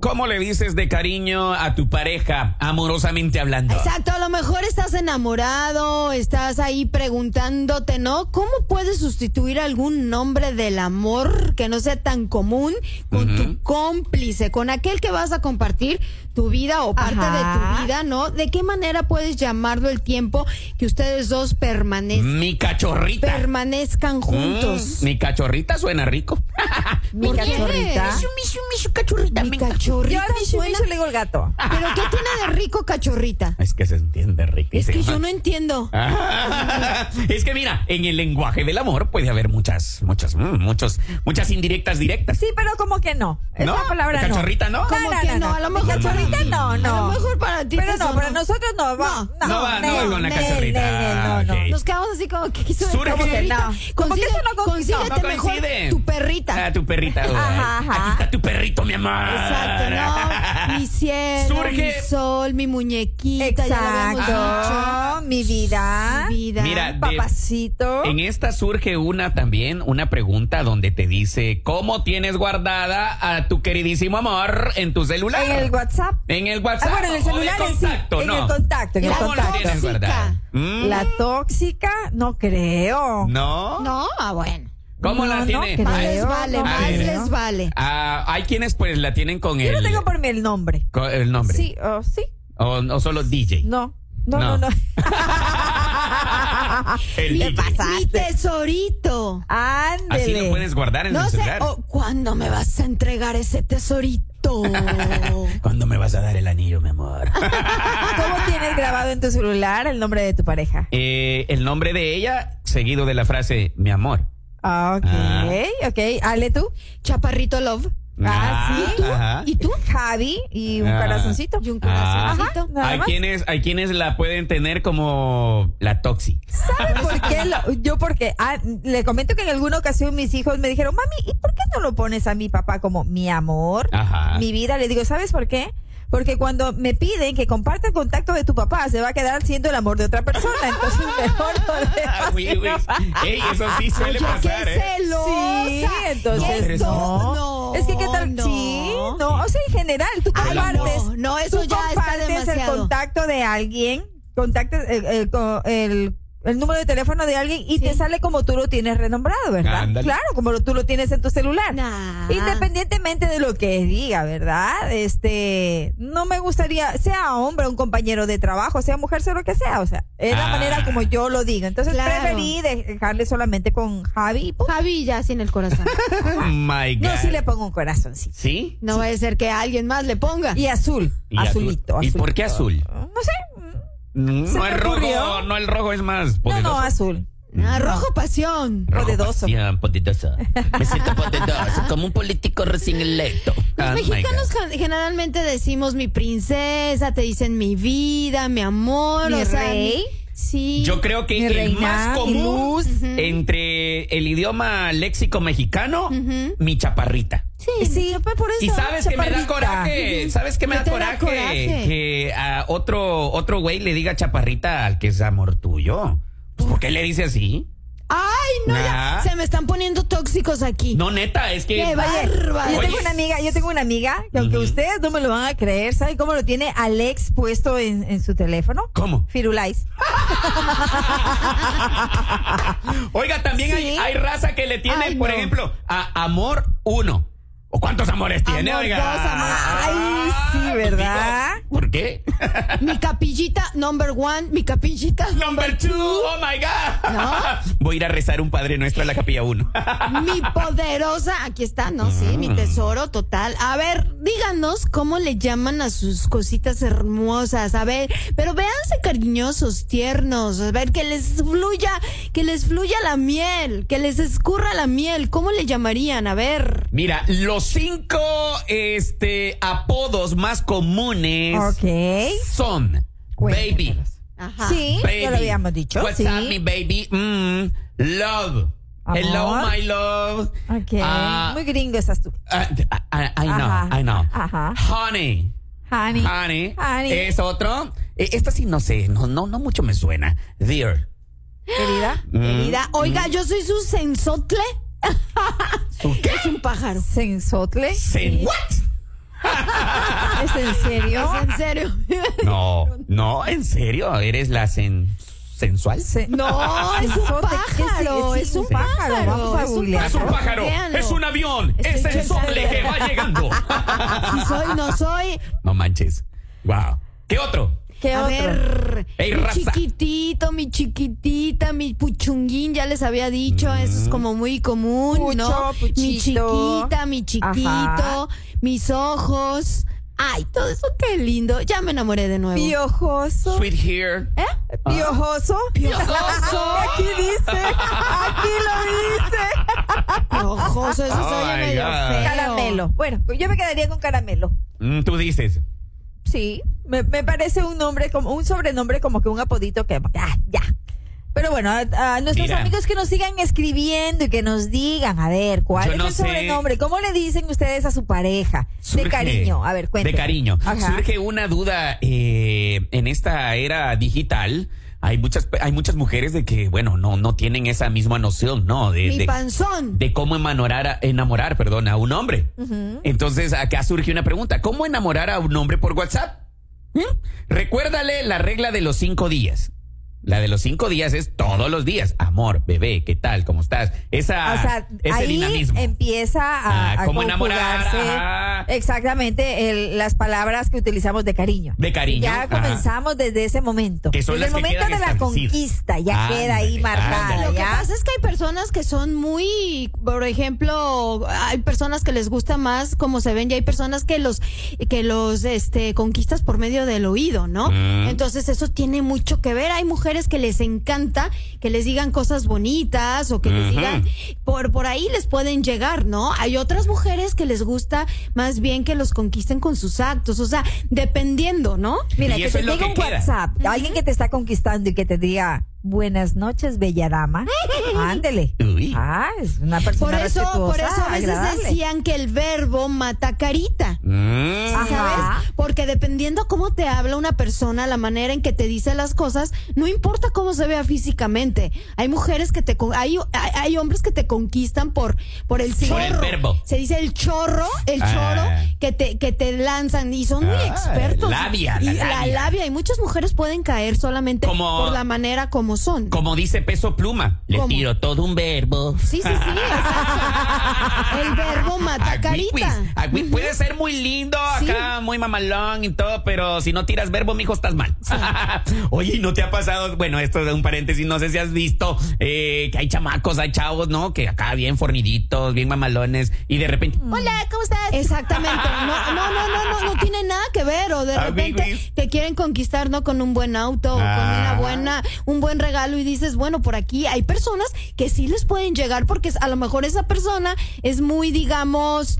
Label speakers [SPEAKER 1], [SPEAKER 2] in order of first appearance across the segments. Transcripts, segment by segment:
[SPEAKER 1] ¿Cómo le dices de cariño a tu pareja, amorosamente hablando?
[SPEAKER 2] Exacto, a lo mejor estás enamorado, estás ahí preguntándote, ¿no? ¿Cómo puedes sustituir algún nombre del amor que no sea tan común con tu cómplice, con aquel que vas a compartir tu vida o parte de
[SPEAKER 3] Ajá.
[SPEAKER 2] tu vida, ¿no? ¿De qué manera puedes llamarlo el tiempo que ustedes dos permanezcan?
[SPEAKER 1] Mi cachorrita.
[SPEAKER 2] Permanezcan juntos.
[SPEAKER 1] Mm, mi cachorrita suena rico.
[SPEAKER 3] Mi
[SPEAKER 2] ¿Por qué?
[SPEAKER 3] cachorrita.
[SPEAKER 1] Mishu, mishu, mishu, cachorrita.
[SPEAKER 2] Mi
[SPEAKER 1] me encanta.
[SPEAKER 3] Yo
[SPEAKER 2] cachorrita
[SPEAKER 3] a mi
[SPEAKER 2] suena-
[SPEAKER 3] chumicho le digo "Ah". el gato.
[SPEAKER 2] ¿Pero qué tiene de rico cachorrita?
[SPEAKER 1] Es que se entiende
[SPEAKER 2] Es
[SPEAKER 1] riquísimo.
[SPEAKER 2] que yo no entiendo.
[SPEAKER 1] Ah, es que mira, en el lenguaje del amor puede haber muchas, muchas, mm, muchos, muchas indirectas directas.
[SPEAKER 3] Sí, pero como que no. Esa
[SPEAKER 1] ¿No?
[SPEAKER 3] palabra
[SPEAKER 1] ¿La
[SPEAKER 3] no.
[SPEAKER 1] cachorrita no?
[SPEAKER 2] Como que no, a lo mejor
[SPEAKER 3] La cachorrita
[SPEAKER 1] para-
[SPEAKER 3] no, no.
[SPEAKER 2] A lo mejor para ti
[SPEAKER 3] Pero
[SPEAKER 2] te
[SPEAKER 3] no,
[SPEAKER 2] sonó.
[SPEAKER 3] para nosotros no. va-
[SPEAKER 2] No,
[SPEAKER 1] no va- no
[SPEAKER 3] nel,
[SPEAKER 1] va con la
[SPEAKER 3] nel,
[SPEAKER 1] cachorrita.
[SPEAKER 3] nel, nel, no, no.
[SPEAKER 1] Ok.
[SPEAKER 2] Nos quedamos así como que quiso
[SPEAKER 1] Surge.
[SPEAKER 2] como que no.
[SPEAKER 3] Como que eso no conquistó.
[SPEAKER 2] consíguete
[SPEAKER 1] No
[SPEAKER 2] mejor
[SPEAKER 1] coincide.
[SPEAKER 2] tu perrita.
[SPEAKER 1] Ah, tu perrita. ay.
[SPEAKER 3] Ajá, ajá.
[SPEAKER 1] Aquí está tu perrito, mi amor.
[SPEAKER 2] Exacto, ¿no? Mi cielo,
[SPEAKER 1] Surge-
[SPEAKER 2] mi sol, mi muñequita, ya lo habíamos
[SPEAKER 3] Exacto. Mi vida.
[SPEAKER 2] dicho. Mi vida.
[SPEAKER 1] Mira, de-
[SPEAKER 3] Papacito.
[SPEAKER 1] En esta surge una también, una pregunta donde te dice, ¿cómo tienes guardada a tu queridísimo amor en tu celular?
[SPEAKER 3] En el WhatsApp.
[SPEAKER 1] En el WhatsApp.
[SPEAKER 3] Ah, bueno, en el
[SPEAKER 1] o de
[SPEAKER 3] celular en sí,
[SPEAKER 1] contacto,
[SPEAKER 3] en
[SPEAKER 1] no.
[SPEAKER 3] el contacto, en el
[SPEAKER 1] ¿Cómo la
[SPEAKER 3] contacto.
[SPEAKER 1] tienes guardada? Mm,
[SPEAKER 3] La tóxica, no creo.
[SPEAKER 1] No.
[SPEAKER 2] No, ah, bueno.
[SPEAKER 1] ¿Cómo la
[SPEAKER 3] No, no
[SPEAKER 1] tienes?
[SPEAKER 3] creo.
[SPEAKER 2] Más
[SPEAKER 1] Ay,
[SPEAKER 2] les vale,
[SPEAKER 1] no,
[SPEAKER 2] más
[SPEAKER 1] a ver.
[SPEAKER 2] les vale.
[SPEAKER 1] ah, hay quienes pues la tienen con
[SPEAKER 3] Yo
[SPEAKER 1] el,
[SPEAKER 3] lo tengo por mi el nombre.
[SPEAKER 1] con el nombre.
[SPEAKER 3] Sí, oh, sí.
[SPEAKER 1] O, o solo DJ.
[SPEAKER 3] No. No, no,
[SPEAKER 1] No.
[SPEAKER 3] no.
[SPEAKER 1] El
[SPEAKER 2] Mi-
[SPEAKER 1] DJ.
[SPEAKER 2] Mi tesorito.
[SPEAKER 3] Ándele.
[SPEAKER 1] Así lo puedes guardar en
[SPEAKER 2] No
[SPEAKER 1] el
[SPEAKER 2] sé,
[SPEAKER 1] celular.
[SPEAKER 2] oh, ¿cuándo me vas a entregar ese tesorito?
[SPEAKER 1] ¿Cuándo me vas a dar el anillo, mi amor?
[SPEAKER 3] ¿Cómo tienes grabado en tu celular el nombre de tu pareja?
[SPEAKER 1] Eh, el nombre de ella, seguido de la frase, mi amor.
[SPEAKER 3] Ah, Ok,
[SPEAKER 1] Ah.
[SPEAKER 3] ok. Ale tú.
[SPEAKER 2] Chaparrito Love.
[SPEAKER 3] Ah,
[SPEAKER 2] ¿Y tú?
[SPEAKER 1] ajá.
[SPEAKER 2] ¿Y tú?
[SPEAKER 3] Javi y un
[SPEAKER 1] Ah.
[SPEAKER 3] corazoncito.
[SPEAKER 2] Y un
[SPEAKER 1] Ah.
[SPEAKER 2] corazoncito.
[SPEAKER 3] Ajá. nada
[SPEAKER 1] Hay
[SPEAKER 3] más.
[SPEAKER 1] quienes, hay quienes la pueden tener como la toxi.
[SPEAKER 3] ¿Sabes por qué? lo- yo porque ah, le comento que en alguna ocasión mis hijos me dijeron, mami, ¿y por qué no lo pones a mi papá como mi amor,
[SPEAKER 1] Ajá.
[SPEAKER 3] mi vida? Le digo, ¿sabes por qué? Porque cuando me piden que comparta el contacto de tu papá, se va a quedar siendo el amor de otra persona. Entonces mejor lo
[SPEAKER 1] Ah,
[SPEAKER 3] dejas.
[SPEAKER 1] uy, uy. Ey, eso sí suele
[SPEAKER 2] Oye,
[SPEAKER 1] pasar,
[SPEAKER 2] qué
[SPEAKER 1] ¿eh?
[SPEAKER 2] celosa.
[SPEAKER 3] Sí, entonces
[SPEAKER 2] Esto,
[SPEAKER 3] no.
[SPEAKER 2] no,
[SPEAKER 3] Es que qué tal,
[SPEAKER 2] Oh, no.
[SPEAKER 3] sí, no, o sea, en general, tú
[SPEAKER 2] Ay, no,
[SPEAKER 3] compartes,
[SPEAKER 2] no, eso
[SPEAKER 3] tú
[SPEAKER 2] ya está
[SPEAKER 3] compartes
[SPEAKER 2] demasiado.
[SPEAKER 3] el contacto de alguien, contactas el, el, co- el- el número de teléfono de alguien y te sale como tú lo tienes renombrado, ¿verdad?
[SPEAKER 1] Ándale.
[SPEAKER 3] Claro, como lo- tú lo tienes en tu celular.
[SPEAKER 2] Nah.
[SPEAKER 3] Independientemente de lo que diga, ¿verdad? Este, no me gustaría, sea hombre, un compañero de trabajo, sea mujer, sea lo que sea, o sea, es la
[SPEAKER 1] Ah.
[SPEAKER 3] manera como yo lo digo. Entonces
[SPEAKER 2] Claro.
[SPEAKER 3] preferí dejarle solamente con Javi. y punto.
[SPEAKER 2] Javi ya sin el corazón.
[SPEAKER 1] Oh my God.
[SPEAKER 3] No, sí le pongo un corazoncito.
[SPEAKER 1] ¿Sí?
[SPEAKER 2] No vaya a ser que alguien más le ponga.
[SPEAKER 3] Y azul.
[SPEAKER 1] Y
[SPEAKER 3] azulito.
[SPEAKER 1] azul. ¿Y por qué azul?
[SPEAKER 3] No sé. Se
[SPEAKER 1] Mm, No
[SPEAKER 3] me
[SPEAKER 1] el rojo,
[SPEAKER 3] ocurrió.
[SPEAKER 1] no el rojo es más
[SPEAKER 3] No,
[SPEAKER 1] poderoso.
[SPEAKER 3] no, azul.
[SPEAKER 2] Ah, rojo pasión.
[SPEAKER 1] Rojo
[SPEAKER 3] poderoso.
[SPEAKER 1] pasión, poderoso. Me siento poderoso, como un político recién electo.
[SPEAKER 2] Los
[SPEAKER 1] Oh my
[SPEAKER 2] mexicanos
[SPEAKER 1] God.
[SPEAKER 2] gen- generalmente decimos mi princesa, te dicen mi vida, mi amor,
[SPEAKER 3] Mi
[SPEAKER 2] o sea,
[SPEAKER 3] rey.
[SPEAKER 2] mi- sí.
[SPEAKER 1] Yo creo que
[SPEAKER 3] Mi
[SPEAKER 1] el
[SPEAKER 3] reina,
[SPEAKER 1] más
[SPEAKER 3] mi
[SPEAKER 1] común
[SPEAKER 3] luz.
[SPEAKER 1] entre el idioma léxico mexicano, mi chaparrita.
[SPEAKER 2] sí,
[SPEAKER 3] Sí.
[SPEAKER 2] yo por eso.
[SPEAKER 1] Y sabes que me da
[SPEAKER 3] chaparrita.
[SPEAKER 1] coraje,
[SPEAKER 2] Ujú.
[SPEAKER 1] sabes que me
[SPEAKER 2] ¿Qué
[SPEAKER 1] da
[SPEAKER 2] te da
[SPEAKER 1] coraje,
[SPEAKER 2] coraje?
[SPEAKER 1] que a otro otro güey le diga chaparrita al que es amor tuyo. Pues, ¿Por qué le dice así?
[SPEAKER 2] Ay, no,
[SPEAKER 1] Nah.
[SPEAKER 2] ya se me están poniendo tóxicos aquí.
[SPEAKER 1] No, neta, es que
[SPEAKER 2] Qué bárbaro.
[SPEAKER 3] Yo
[SPEAKER 1] Oye.
[SPEAKER 3] tengo una amiga, yo tengo una amiga, que aunque
[SPEAKER 1] Ujú.
[SPEAKER 3] ustedes no me lo van a creer, ¿saben cómo lo tiene Alex puesto en, en su teléfono?
[SPEAKER 1] ¿Cómo?
[SPEAKER 3] Firulais.
[SPEAKER 1] Oiga, también hay,
[SPEAKER 3] Sí.
[SPEAKER 1] hay raza que le tiene,
[SPEAKER 2] Ay,
[SPEAKER 1] por
[SPEAKER 2] no.
[SPEAKER 1] ejemplo, a amor uno. ¿O cuántos amores tiene,
[SPEAKER 2] Amor
[SPEAKER 1] oiga? Ah,
[SPEAKER 2] dos, amor-
[SPEAKER 3] Ay, sí,
[SPEAKER 1] pues
[SPEAKER 3] ¿verdad?
[SPEAKER 1] digo, ¿Por qué?
[SPEAKER 2] Mi capillita number one, mi capillita
[SPEAKER 1] Number two, oh my God. Voy a ir a rezar un Padre Nuestro a la capilla uno.
[SPEAKER 2] Mi poderosa, aquí está, ¿no? Sí,
[SPEAKER 1] Ah.
[SPEAKER 2] mi tesoro total. A ver, díganos cómo le llaman a sus cositas hermosas. A ver, pero véanse cariñosos, tiernos. A ver, que les fluya, que les fluya la miel, que les escurra la miel. ¿Cómo le llamarían? A ver.
[SPEAKER 1] Mira, los cinco este, apodos más comunes
[SPEAKER 3] Ok.
[SPEAKER 1] son Baby.
[SPEAKER 3] Cuéntamelos.
[SPEAKER 2] Ajá.
[SPEAKER 3] Sí,
[SPEAKER 1] baby.
[SPEAKER 3] ya lo habíamos dicho.
[SPEAKER 1] What's
[SPEAKER 3] sí.
[SPEAKER 1] up, me baby? Mm, love. Hello,
[SPEAKER 3] Amor.
[SPEAKER 1] my love.
[SPEAKER 3] Ok.
[SPEAKER 1] Ah,
[SPEAKER 3] Muy gringo estás tú.
[SPEAKER 1] Ah, I, I- I know,
[SPEAKER 3] Ajá.
[SPEAKER 1] I know.
[SPEAKER 3] Ajá.
[SPEAKER 1] Honey.
[SPEAKER 3] Honey.
[SPEAKER 1] Honey.
[SPEAKER 3] Honey.
[SPEAKER 1] Es otro. Eh, esta sí no sé, no, no, no mucho me suena. Dear.
[SPEAKER 3] Querida.
[SPEAKER 1] Mm,
[SPEAKER 2] Querida, oiga, yo soy su sensotle.
[SPEAKER 1] ¿Su qué?
[SPEAKER 2] Es un pájaro.
[SPEAKER 3] ¿Sensotle?
[SPEAKER 1] ¿Se- what?
[SPEAKER 3] ¿Es en serio?
[SPEAKER 2] Es en serio.
[SPEAKER 1] No, no, en serio, eres la sen- sensual.
[SPEAKER 3] Se-
[SPEAKER 2] No, es un
[SPEAKER 3] Sensotle, ¿qué
[SPEAKER 2] pájaro,
[SPEAKER 3] sí,
[SPEAKER 2] es
[SPEAKER 3] sí,
[SPEAKER 2] un
[SPEAKER 3] sí.
[SPEAKER 2] pájaro.
[SPEAKER 3] Vamos a
[SPEAKER 2] Es un
[SPEAKER 3] googlear.
[SPEAKER 2] Es un pájaro. Véanlo.
[SPEAKER 1] avión,
[SPEAKER 2] Estoy checando.
[SPEAKER 1] llegando.
[SPEAKER 2] Si soy, no soy.
[SPEAKER 1] no manches. Wow. ¿Qué otro?
[SPEAKER 3] ¿Qué
[SPEAKER 2] a
[SPEAKER 3] otro?
[SPEAKER 2] ver,
[SPEAKER 1] Ey,
[SPEAKER 2] mi
[SPEAKER 1] raza.
[SPEAKER 2] chiquitito, mi chiquitita, mi puchunguín, ya les había dicho, eso
[SPEAKER 1] Mm.
[SPEAKER 2] es como muy común,
[SPEAKER 3] Pucho,
[SPEAKER 2] ¿no? Mi
[SPEAKER 3] puchito.
[SPEAKER 2] chiquita, mi chiquito,
[SPEAKER 3] Ajá.
[SPEAKER 2] mis ojos. Ay, todo eso qué lindo. Ya me enamoré de nuevo.
[SPEAKER 3] Piojoso.
[SPEAKER 1] Sweet here.
[SPEAKER 2] ¿Eh?
[SPEAKER 3] Piojoso.
[SPEAKER 1] Piojoso.
[SPEAKER 3] Aquí dice. Aquí lo dice.
[SPEAKER 2] Ojoso, eso
[SPEAKER 1] Oh
[SPEAKER 2] se oye
[SPEAKER 1] my
[SPEAKER 2] medio
[SPEAKER 1] God.
[SPEAKER 2] feo.
[SPEAKER 3] Caramelo. Bueno, pues yo me quedaría con caramelo.
[SPEAKER 1] Mm, tú dices.
[SPEAKER 3] Sí, me, me parece un nombre como un sobrenombre como que un apodito que ya, ya. Pero bueno, a, a nuestros
[SPEAKER 1] Mira.
[SPEAKER 3] amigos que nos sigan escribiendo y que nos digan, a ver, ¿cuál
[SPEAKER 1] Yo
[SPEAKER 3] es
[SPEAKER 1] no
[SPEAKER 3] el
[SPEAKER 1] sé.
[SPEAKER 3] sobrenombre? ¿Cómo le dicen ustedes a su pareja?
[SPEAKER 1] Surge-
[SPEAKER 3] de cariño, a ver, cuéntame.
[SPEAKER 1] De cariño.
[SPEAKER 3] Ajá.
[SPEAKER 1] Surge una duda eh, en esta era digital. Hay muchas, hay muchas mujeres de que, bueno, no, no tienen esa misma noción, ¿no? De,
[SPEAKER 2] Mi
[SPEAKER 1] de-
[SPEAKER 2] panzón.
[SPEAKER 1] de cómo enamorar a, enamorar, perdón, a un hombre. Entonces, acá surge una pregunta. ¿Cómo enamorar a un hombre por WhatsApp? ¿Mm? Recuérdale la regla de los cinco días. La de los cinco días es todos los días. Amor, bebé, ¿qué tal? ¿Cómo estás? Esa,
[SPEAKER 3] o sea,
[SPEAKER 1] ese
[SPEAKER 3] ahí em-
[SPEAKER 1] dinamismo.
[SPEAKER 3] empieza a,
[SPEAKER 1] Ah,
[SPEAKER 3] a
[SPEAKER 1] como enamorar,
[SPEAKER 3] conjugarse
[SPEAKER 1] ajá.
[SPEAKER 3] exactamente el- las palabras que utilizamos de cariño.
[SPEAKER 1] De cariño,
[SPEAKER 3] Ya
[SPEAKER 1] ajá.
[SPEAKER 3] comenzamos desde ese momento.
[SPEAKER 1] Que son
[SPEAKER 3] desde el
[SPEAKER 1] las que
[SPEAKER 3] momento
[SPEAKER 1] quedan
[SPEAKER 3] de la
[SPEAKER 1] establecidas.
[SPEAKER 3] conquista, ya queda ahí
[SPEAKER 1] Ándale,
[SPEAKER 3] marcada.
[SPEAKER 1] ándale.
[SPEAKER 2] Lo que
[SPEAKER 3] ¿ya?
[SPEAKER 2] pasa es que hay personas que son muy, por ejemplo, hay personas que les gusta más como se ven y hay personas que los que los este conquistas por medio del oído, ¿no?
[SPEAKER 1] Mm.
[SPEAKER 2] Entonces eso tiene mucho que ver. Hay mujeres que les encanta que les digan cosas bonitas o que les
[SPEAKER 1] Ujú.
[SPEAKER 2] digan por por ahí les pueden llegar, ¿no? Hay otras mujeres que les gusta más bien que los conquisten con sus actos, o sea, dependiendo, ¿no?
[SPEAKER 3] Mira,
[SPEAKER 1] Y
[SPEAKER 3] que
[SPEAKER 1] eso
[SPEAKER 3] te
[SPEAKER 1] es lo
[SPEAKER 3] llegue
[SPEAKER 1] que
[SPEAKER 3] un
[SPEAKER 1] queda.
[SPEAKER 3] WhatsApp, alguien que te está conquistando y que te diga, buenas noches, bella dama. Ándele.
[SPEAKER 1] Uy.
[SPEAKER 3] Ah, es una persona
[SPEAKER 2] Por eso,
[SPEAKER 3] respetuosa,
[SPEAKER 2] por eso a veces
[SPEAKER 3] agradable.
[SPEAKER 2] decían que el verbo mata carita.
[SPEAKER 1] Mm.
[SPEAKER 3] Ajá.
[SPEAKER 2] ¿Sabes? Porque dependiendo cómo te habla una persona, la manera en que te dice las cosas, no importa cómo se vea físicamente. Hay mujeres que te con- hay, hay, hay hombres que te conquistan por por el chorro.
[SPEAKER 1] Por el verbo.
[SPEAKER 2] Se dice el chorro, el
[SPEAKER 1] Ah.
[SPEAKER 2] chorro que te que te lanzan y son muy
[SPEAKER 1] Ah,
[SPEAKER 2] expertos.
[SPEAKER 1] labia,
[SPEAKER 2] y
[SPEAKER 1] la
[SPEAKER 2] la
[SPEAKER 1] labia.
[SPEAKER 2] labia y muchas mujeres pueden caer solamente
[SPEAKER 1] Como-
[SPEAKER 2] por la manera como son.
[SPEAKER 1] Como dice Peso Pluma, le
[SPEAKER 2] ¿Cómo?
[SPEAKER 1] tiro todo un verbo.
[SPEAKER 2] Sí, sí, sí. exacto. El verbo mata carita.
[SPEAKER 1] Agüipis, agüi- pues, Puede ser muy lindo
[SPEAKER 2] Sí.
[SPEAKER 1] acá, muy mamalón y todo, pero si no tiras verbo, mijo, estás mal. Oye, ¿y no te ha pasado? Bueno, esto es un paréntesis, no sé si has visto eh, que hay chamacos, hay chavos, ¿no? Que acá bien forniditos, bien mamalones, y de repente, hola, ¿cómo estás?
[SPEAKER 2] Mm. Exactamente. No, no, no, no, no, no tiene nada que ver. O de
[SPEAKER 1] Amiguis.
[SPEAKER 2] repente te quieren conquistar, ¿no? Con un buen auto o con
[SPEAKER 1] Ah.
[SPEAKER 2] una buena, un buen regalo y dices, bueno, por aquí hay personas que sí les pueden llegar porque es- a lo mejor esa persona es muy, digamos,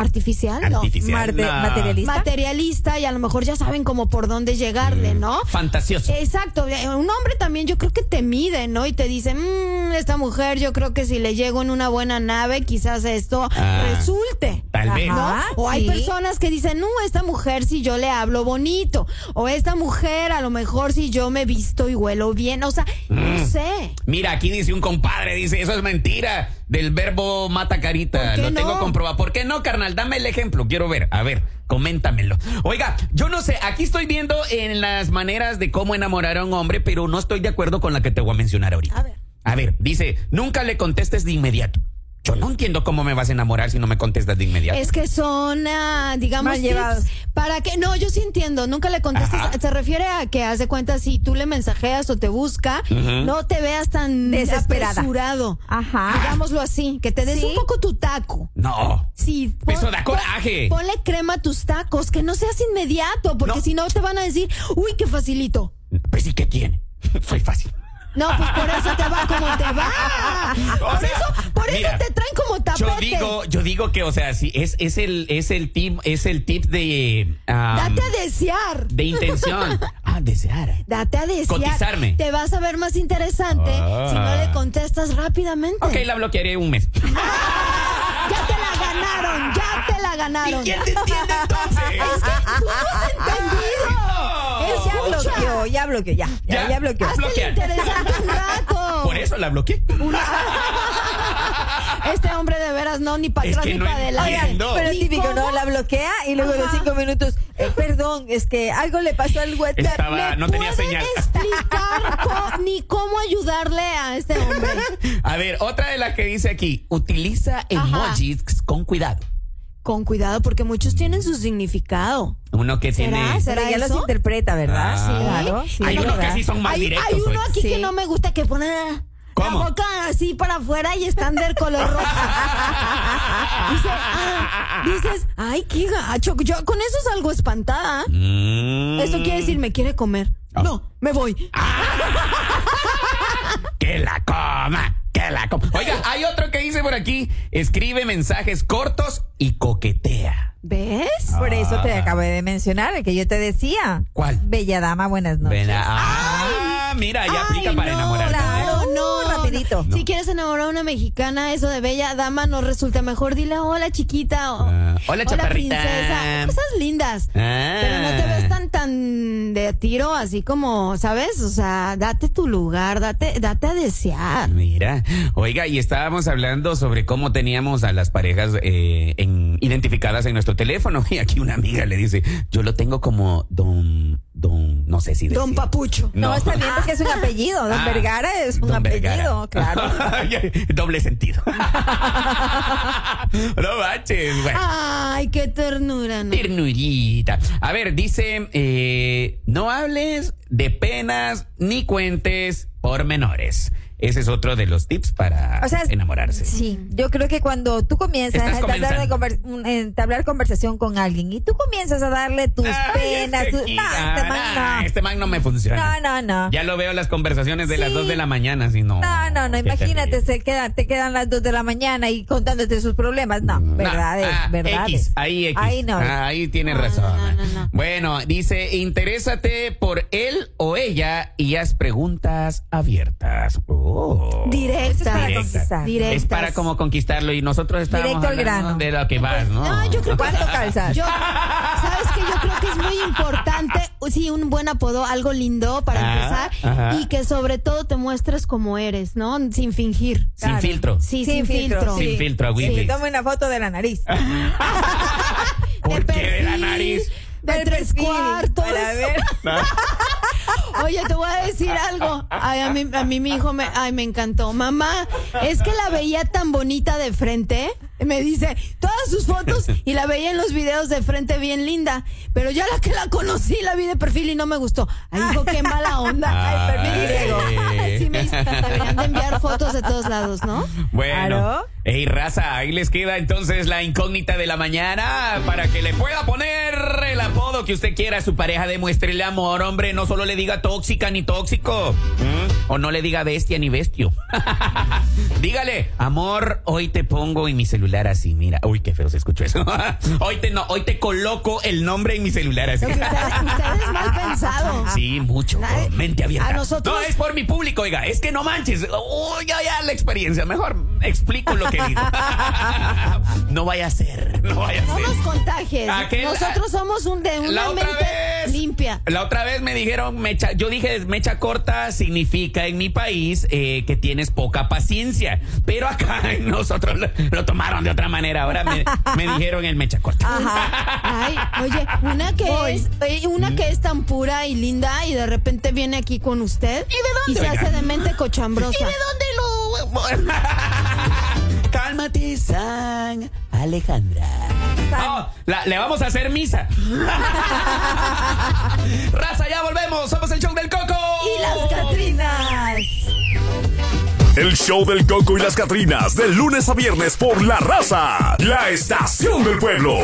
[SPEAKER 2] artificial, ¿no?
[SPEAKER 1] Artificial. ah,
[SPEAKER 3] Marte-
[SPEAKER 1] no.
[SPEAKER 3] materialista.
[SPEAKER 2] Materialista y a lo mejor ya saben como por dónde llegarle,
[SPEAKER 1] Mm.
[SPEAKER 2] ¿no?
[SPEAKER 1] Fantasioso.
[SPEAKER 2] Exacto, un hombre también yo creo que te mide, ¿no? Y te dice, "Mm, esta mujer yo creo que si le llego en una buena nave, quizás esto
[SPEAKER 1] Ah.
[SPEAKER 2] resulte.
[SPEAKER 1] Tal vez.
[SPEAKER 2] ¿no?
[SPEAKER 3] Ajá,
[SPEAKER 2] o hay
[SPEAKER 3] sí.
[SPEAKER 2] personas que dicen, no, esta mujer si yo le hablo bonito, o esta mujer a lo mejor si yo me visto y huelo bien, o sea,
[SPEAKER 1] Mm.
[SPEAKER 2] no sé.
[SPEAKER 1] Mira, aquí dice un compadre, dice, eso es mentira del verbo mata carita.
[SPEAKER 2] ¿Por qué
[SPEAKER 1] Lo tengo
[SPEAKER 2] no?
[SPEAKER 1] comprobado. ¿Por qué no, carnal? Dame el ejemplo. Quiero ver. A ver, coméntamelo. Oiga, yo no sé, aquí estoy viendo en las maneras de cómo enamorar a un hombre, pero no estoy de acuerdo con la que te voy a mencionar ahorita.
[SPEAKER 2] A ver.
[SPEAKER 1] A ver, dice, nunca le contestes de inmediato. Yo no entiendo cómo me vas a enamorar si no me contestas de inmediato.
[SPEAKER 2] Es que son, ah, digamos,
[SPEAKER 3] Mal llevados.
[SPEAKER 2] tips para que, no, yo sí entiendo, nunca le contestas,
[SPEAKER 1] Ajá.
[SPEAKER 2] se refiere a que haz de cuenta si tú le mensajeas o te busca,
[SPEAKER 1] Ujú.
[SPEAKER 2] no te veas tan
[SPEAKER 3] Desesperada.
[SPEAKER 2] apresurado.
[SPEAKER 3] Ajá.
[SPEAKER 2] Digámoslo así, que te des
[SPEAKER 3] Sí.
[SPEAKER 2] un poco tu taco.
[SPEAKER 1] No.
[SPEAKER 2] Sí,
[SPEAKER 1] Eso da coraje.
[SPEAKER 2] ponle crema a tus tacos, que no seas inmediato, porque
[SPEAKER 1] No.
[SPEAKER 2] si no te van a decir, uy, qué facilito.
[SPEAKER 1] Pues sí, ¿qué tiene? Soy fácil.
[SPEAKER 2] No, pues por eso te va como te va.
[SPEAKER 1] O
[SPEAKER 2] por
[SPEAKER 1] sea,
[SPEAKER 2] eso, por eso
[SPEAKER 1] mira,
[SPEAKER 2] te traen como tapete.
[SPEAKER 1] Yo digo, yo digo que, o sea, sí, es, es el, es el tip, es el tip de, ah,
[SPEAKER 2] Date a desear.
[SPEAKER 1] de intención. Ah, desear.
[SPEAKER 2] Date a desear.
[SPEAKER 1] Cotizarme.
[SPEAKER 2] Te vas a ver más interesante
[SPEAKER 1] Ah.
[SPEAKER 2] si no le contestas rápidamente.
[SPEAKER 1] Ok, la bloquearé un mes.
[SPEAKER 2] Ya te la ganaron, ya te la
[SPEAKER 1] ¿Y
[SPEAKER 2] ganaron.
[SPEAKER 1] quién te entiende entonces? Ah,
[SPEAKER 2] Es que tú no has entendido.
[SPEAKER 1] No.
[SPEAKER 3] él ya bloqueó, ya bloqueó, ya. Ya,
[SPEAKER 1] Ya.
[SPEAKER 3] ya bloqueó.
[SPEAKER 1] Hazte
[SPEAKER 2] Hazte
[SPEAKER 1] bloquear.
[SPEAKER 2] el interesante un rato.
[SPEAKER 1] Por eso la bloqueé.
[SPEAKER 2] Este hombre de veras no, ni para
[SPEAKER 1] Es
[SPEAKER 2] atrás
[SPEAKER 1] que
[SPEAKER 2] ni
[SPEAKER 1] no
[SPEAKER 2] para adelante.
[SPEAKER 1] entiendo.
[SPEAKER 3] Pero
[SPEAKER 2] Ni
[SPEAKER 3] es típico,
[SPEAKER 2] cómo.
[SPEAKER 3] ¿no? La bloquea y luego de
[SPEAKER 2] Ajá.
[SPEAKER 3] cinco minutos, eh, perdón, es que algo le pasó al WhatsApp.
[SPEAKER 1] Estaba-
[SPEAKER 3] ¿Me
[SPEAKER 1] no tenía
[SPEAKER 3] puede-
[SPEAKER 1] señal.
[SPEAKER 2] explicar co- ni cómo ayudarle a este hombre.
[SPEAKER 1] A ver, otra de las que dice aquí, utiliza emojis con cuidado.
[SPEAKER 2] Con cuidado, porque muchos tienen su significado.
[SPEAKER 1] Uno que
[SPEAKER 2] ¿Será?
[SPEAKER 1] tiene...
[SPEAKER 2] ¿Será
[SPEAKER 3] Pero ya
[SPEAKER 2] eso?
[SPEAKER 3] los interpreta, ¿verdad?
[SPEAKER 1] Ah.
[SPEAKER 3] Sí, claro.
[SPEAKER 2] Sí.
[SPEAKER 3] sí,
[SPEAKER 1] Hay unos que
[SPEAKER 3] ¿verdad?
[SPEAKER 1] sí son más
[SPEAKER 2] hay,
[SPEAKER 1] directos.
[SPEAKER 2] hay uno
[SPEAKER 1] pues.
[SPEAKER 2] aquí que
[SPEAKER 3] Sí.
[SPEAKER 2] no me gusta que pone la-
[SPEAKER 1] ¿Cómo?
[SPEAKER 2] la boca así para afuera y están del color rojo. Dice, ah, dices, ay, qué gacho. Yo con eso salgo espantada.
[SPEAKER 1] Mm.
[SPEAKER 2] Eso quiere decir, me quiere comer.
[SPEAKER 1] Ah.
[SPEAKER 2] No, me voy.
[SPEAKER 1] Que la coma, que la coma. Oiga, hay otro que dice por aquí, escribe mensajes cortos y coquetea.
[SPEAKER 2] ¿Ves?
[SPEAKER 3] Por eso te acabo de mencionar, el que yo te decía.
[SPEAKER 1] Ah. ¿Cuál?
[SPEAKER 3] Bella dama, buenas noches.
[SPEAKER 1] Ven a- Ah, mira, ya aplica
[SPEAKER 2] Ay,
[SPEAKER 1] para
[SPEAKER 2] no,
[SPEAKER 1] enamorarte. ¿eh?
[SPEAKER 2] Claro,
[SPEAKER 3] Uh,
[SPEAKER 2] no, no.
[SPEAKER 3] rapidito.
[SPEAKER 2] Si quieres enamorar a una mexicana, eso de bella dama no resulta mejor. Dile hola chiquita o
[SPEAKER 1] Ah, hola, chaparrita.
[SPEAKER 2] princesa. Cosas lindas.
[SPEAKER 1] Ah.
[SPEAKER 2] Pero no te ves tan tan de tiro así como, ¿sabes? O sea, date tu lugar, date, date a desear.
[SPEAKER 1] Mira, oiga, y estábamos hablando sobre cómo teníamos a las parejas eh, en- identificadas en nuestro teléfono. Y aquí una amiga le dice, yo lo tengo como don, don, no sé si decir.
[SPEAKER 2] Don Papucho.
[SPEAKER 3] No, está bien porque es un apellido. Don
[SPEAKER 1] Ah,
[SPEAKER 3] Vergara es un
[SPEAKER 1] Don Vergara.
[SPEAKER 3] apellido, claro.
[SPEAKER 1] Doble sentido. no manches, güey.
[SPEAKER 2] Ay, qué ternura, ¿no?
[SPEAKER 1] Ternurita. A ver, dice, eh, no hables de penas ni cuentes pormenores. Ese es otro de los tips para
[SPEAKER 3] O sea, es-
[SPEAKER 1] enamorarse.
[SPEAKER 3] Sí, yo creo que cuando tú coemienzas
[SPEAKER 1] Estás
[SPEAKER 3] a entablar, de
[SPEAKER 1] comenzando.
[SPEAKER 3] conver- un- eh, entablar conversation con alguien y tú comienzas a darle tus
[SPEAKER 1] Ay,
[SPEAKER 3] penas,
[SPEAKER 1] este
[SPEAKER 3] tus-
[SPEAKER 1] aquí,
[SPEAKER 3] no, este
[SPEAKER 1] ah,
[SPEAKER 3] man
[SPEAKER 1] nah,
[SPEAKER 3] no.
[SPEAKER 1] este man no me funciona.
[SPEAKER 3] No, no, no.
[SPEAKER 1] Ya lo veo en las conversaciones de las
[SPEAKER 3] Sí.
[SPEAKER 1] 2 de la mañana, si no.
[SPEAKER 3] No, no, no,
[SPEAKER 1] qué
[SPEAKER 3] imagínate,
[SPEAKER 1] terrible.
[SPEAKER 3] se queda, te quedan las dos de la mañana y contándote sus problemas. No, verdades,
[SPEAKER 1] ah,
[SPEAKER 3] verdades.
[SPEAKER 1] X, ahí X.
[SPEAKER 3] Ahí no.
[SPEAKER 1] Ah, ahí tienes
[SPEAKER 2] No, no,
[SPEAKER 1] razón.
[SPEAKER 2] no, no, no.
[SPEAKER 1] Bueno, dice, interésate por él o ella y haz preguntas abiertas. Oh.
[SPEAKER 2] Directas.
[SPEAKER 3] Eso es para
[SPEAKER 1] Directas.
[SPEAKER 3] conquistar.
[SPEAKER 2] Directas.
[SPEAKER 1] Es para como conquistarlo y nosotros estamos
[SPEAKER 3] Directo al
[SPEAKER 1] hablando
[SPEAKER 3] grano.
[SPEAKER 1] de lo que vas, ¿no?
[SPEAKER 2] No, yo creo que
[SPEAKER 3] ¿Cuánto calzas?
[SPEAKER 2] Yo, ¿Sabes que Yo creo que es muy importante, sí, un buen apodo, algo lindo para
[SPEAKER 1] Ah,
[SPEAKER 2] empezar
[SPEAKER 1] ajá.
[SPEAKER 2] y que sobre todo te muestres como eres, ¿no? Sin fingir.
[SPEAKER 1] Sin filtro.
[SPEAKER 2] Sí, sin,
[SPEAKER 3] Sin
[SPEAKER 2] filtro.
[SPEAKER 3] filtro,
[SPEAKER 1] Sin filtro, a
[SPEAKER 3] Sí,
[SPEAKER 1] Willy.
[SPEAKER 3] tome una foto de la nariz.
[SPEAKER 1] ¿Por
[SPEAKER 2] De
[SPEAKER 1] qué de la
[SPEAKER 2] perfil,
[SPEAKER 1] nariz?
[SPEAKER 2] De
[SPEAKER 3] Del
[SPEAKER 2] tres
[SPEAKER 3] perfil,
[SPEAKER 2] cuartos.
[SPEAKER 3] Para ver.
[SPEAKER 2] Oye, te voy a decir algo. Ay, a mí, a mí mi hijo me, ay, me encantó. Mamá, es que la veía tan bonita de frente. Me dice todas sus fotos y la veía en los videos de frente bien linda. Pero ya la que la conocí, la vi de perfil y no me gustó. Ay, hijo, qué mala onda.
[SPEAKER 1] Ay,
[SPEAKER 2] Ay, perfil.
[SPEAKER 1] sí.
[SPEAKER 2] Sí, me dice, deberían de enviar fotos de todos lados, ¿no?
[SPEAKER 1] Bueno,
[SPEAKER 3] Claro.
[SPEAKER 1] hey raza, ahí les queda entonces la incógnita de la mañana para que le pueda poner el apodo que usted quiera a su pareja, demuéstrele amor, hombre, no solo le diga tóxica ni tóxico, ¿Mm? o no le diga bestia ni bestio. Dígale, amor, hoy te pongo en mi celular así, mira, uy, qué feo se escuchó eso. hoy te no, hoy te coloco el nombre en mi celular así.
[SPEAKER 2] Lo que usted, usted es mal pensado.
[SPEAKER 1] Sí, mucho.
[SPEAKER 2] Nadie-
[SPEAKER 1] mente abierta.
[SPEAKER 2] a nosotros-
[SPEAKER 1] No es por mi público, oiga. Es que no manches. Uy, ya, ya, la experiencia. Mejor explico lo que digo. no vaya a ser. No vaya a
[SPEAKER 2] No
[SPEAKER 1] ser.
[SPEAKER 2] nos contagies.
[SPEAKER 1] Aquel-
[SPEAKER 2] Nosotros somos un de una
[SPEAKER 1] La otra
[SPEAKER 2] mente
[SPEAKER 1] vez.
[SPEAKER 2] limpia.
[SPEAKER 1] La otra vez me dijeron, mecha, yo dije, mecha corta significa en mi país eh, que tienes poca paciencia. Pero acá en nosotros lo, lo tomaron de otra manera. Ahora me, me dijeron el mecha corta.
[SPEAKER 2] Ay, oye, una que
[SPEAKER 3] Voy.
[SPEAKER 2] es eh, una que es tan pura y linda y de repente viene aquí con usted y
[SPEAKER 1] dónde,
[SPEAKER 2] se
[SPEAKER 1] oiga?
[SPEAKER 2] hace de mente cochambrosa.
[SPEAKER 1] ¿Dónde lo.? Cálmate, San Alejandra. Ah, la- le vamos a hacer misa. Raza, ya volvemos. Somos el show del coco.
[SPEAKER 2] Y las Catrinas.
[SPEAKER 4] El show del Coco y las Catrinas, de lunes a viernes por La Raza, la estación del pueblo.